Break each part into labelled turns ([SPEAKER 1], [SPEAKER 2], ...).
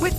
[SPEAKER 1] With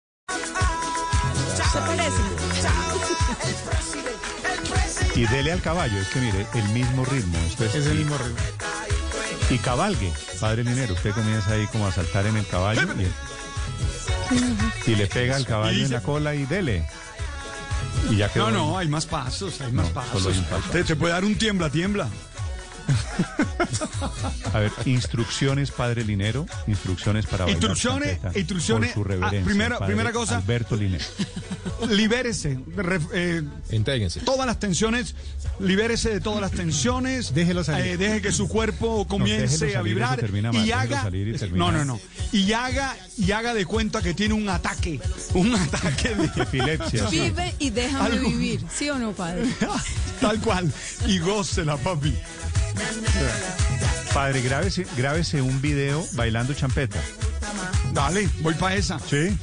[SPEAKER 2] Se parecen.
[SPEAKER 3] Y dele al caballo, es que mire, el mismo ritmo. esto es, el mismo ritmo. Y cabalgue, padre Linero, usted comienza ahí como a saltar en el caballo y, y le pega al caballo en la cola y dele. Y ya quedó.
[SPEAKER 4] No, no, hay más pasos, hay más pasos.
[SPEAKER 3] solo hay un paso.
[SPEAKER 4] Te, te puede dar un tiembla, tiembla.
[SPEAKER 3] A ver, instrucciones, padre Linero, instrucciones para bailar
[SPEAKER 4] Instrucciones,
[SPEAKER 3] champeta,
[SPEAKER 4] instrucciones.
[SPEAKER 3] Por su reverencia,
[SPEAKER 4] Ah, primera-
[SPEAKER 3] padre
[SPEAKER 4] primera cosa.
[SPEAKER 3] Alberto Linero.
[SPEAKER 4] Libérese. ref- eh,
[SPEAKER 5] Entréguense.
[SPEAKER 4] todas las tensiones, libérese de todas las tensiones.
[SPEAKER 3] Déjelo salir.
[SPEAKER 4] eh, deje que su cuerpo
[SPEAKER 3] déjelo
[SPEAKER 4] comience
[SPEAKER 3] salir,
[SPEAKER 4] a
[SPEAKER 3] eso
[SPEAKER 4] vibrar.
[SPEAKER 3] termina mal,
[SPEAKER 4] y
[SPEAKER 3] déjelo
[SPEAKER 4] haga.
[SPEAKER 3] salir y termina.
[SPEAKER 4] no, no, no. Y haga, y haga de cuenta que tiene un ataque. Un ataque de.
[SPEAKER 3] Epilepsia. sí.
[SPEAKER 6] Vive y déjame
[SPEAKER 4] Algo.
[SPEAKER 6] vivir, ¿sí o no, padre?
[SPEAKER 4] Tal cual. Y gócela, papi.
[SPEAKER 3] Padre, grábese, grábese un video bailando champeta.
[SPEAKER 4] Dale, voy para esa.
[SPEAKER 3] Sí.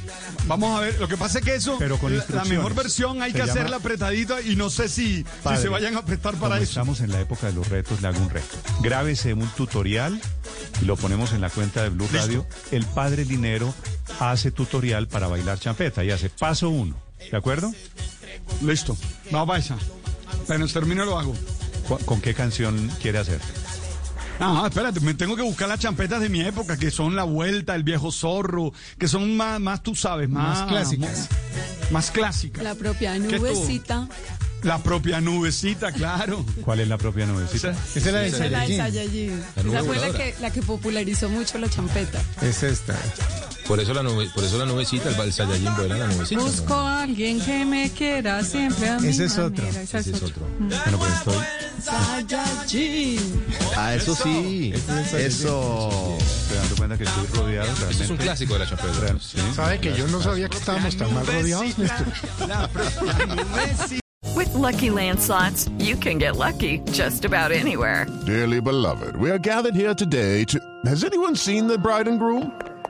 [SPEAKER 4] Vamos a ver, lo que pasa es que eso,
[SPEAKER 3] Pero con
[SPEAKER 4] la- la,
[SPEAKER 3] instrucciones.
[SPEAKER 4] mejor versión hay
[SPEAKER 3] Se
[SPEAKER 4] que
[SPEAKER 3] llama-
[SPEAKER 4] hacerla apretadita y no sé si, si
[SPEAKER 3] Padre,
[SPEAKER 4] se vayan a prestar para
[SPEAKER 3] como
[SPEAKER 4] eso.
[SPEAKER 3] Estamos en la época de los retos, le hago un reto. Grábese un tutorial y lo ponemos en la cuenta de Blue
[SPEAKER 4] Listo.
[SPEAKER 3] Radio. El padre Linero hace tutorial para bailar champeta y hace paso uno. ¿De acuerdo?
[SPEAKER 4] Listo, vamos para esa. Apenas termino lo hago.
[SPEAKER 3] Cu- ¿Con qué canción quiere hacer?
[SPEAKER 4] Ah, espérate, me tengo que buscar las champetas de mi época, que son La Vuelta, El Viejo Zorro, que son más, más tú sabes, más...
[SPEAKER 5] Más clásicas.
[SPEAKER 4] mo- Más clásicas.
[SPEAKER 6] La propia
[SPEAKER 4] ¿Qué tú?
[SPEAKER 6] nubecita.
[SPEAKER 4] La propia nubecita, claro.
[SPEAKER 3] ¿Cuál es la propia
[SPEAKER 4] O
[SPEAKER 3] nubecita?
[SPEAKER 4] sea,
[SPEAKER 5] Esa es la de
[SPEAKER 6] Esa es la de
[SPEAKER 5] Saiyajin.
[SPEAKER 6] Saiyajin.
[SPEAKER 5] La nube
[SPEAKER 6] Esa fue la
[SPEAKER 5] voladora.
[SPEAKER 6] que, la que popularizó mucho la champeta.
[SPEAKER 5] Es esta.
[SPEAKER 7] Por eso la, nube- por eso la nubecita, el, el Saiyajin vuela la nubecita.
[SPEAKER 6] Busco a alguien que me quiera siempre a mí.
[SPEAKER 5] Ese es otro.
[SPEAKER 6] Esa
[SPEAKER 7] Ese es otro.
[SPEAKER 3] Bueno, pues estoy.
[SPEAKER 6] Saiyajin.
[SPEAKER 8] Ah, eso sí. Eso.
[SPEAKER 3] Estoy dando cuenta que estoy rodeado
[SPEAKER 7] Ese es un
[SPEAKER 3] realmente.
[SPEAKER 7] clásico de la champeta.
[SPEAKER 3] Sí.
[SPEAKER 5] ¿Sabe que yo no sabía que estábamos tan mal rodeados, Néstor?
[SPEAKER 4] La propia nubecita.
[SPEAKER 1] With Lucky Land slots, you can get lucky just about anywhere.
[SPEAKER 9] Dearly beloved, we are gathered here today to. Has anyone seen the bride and groom?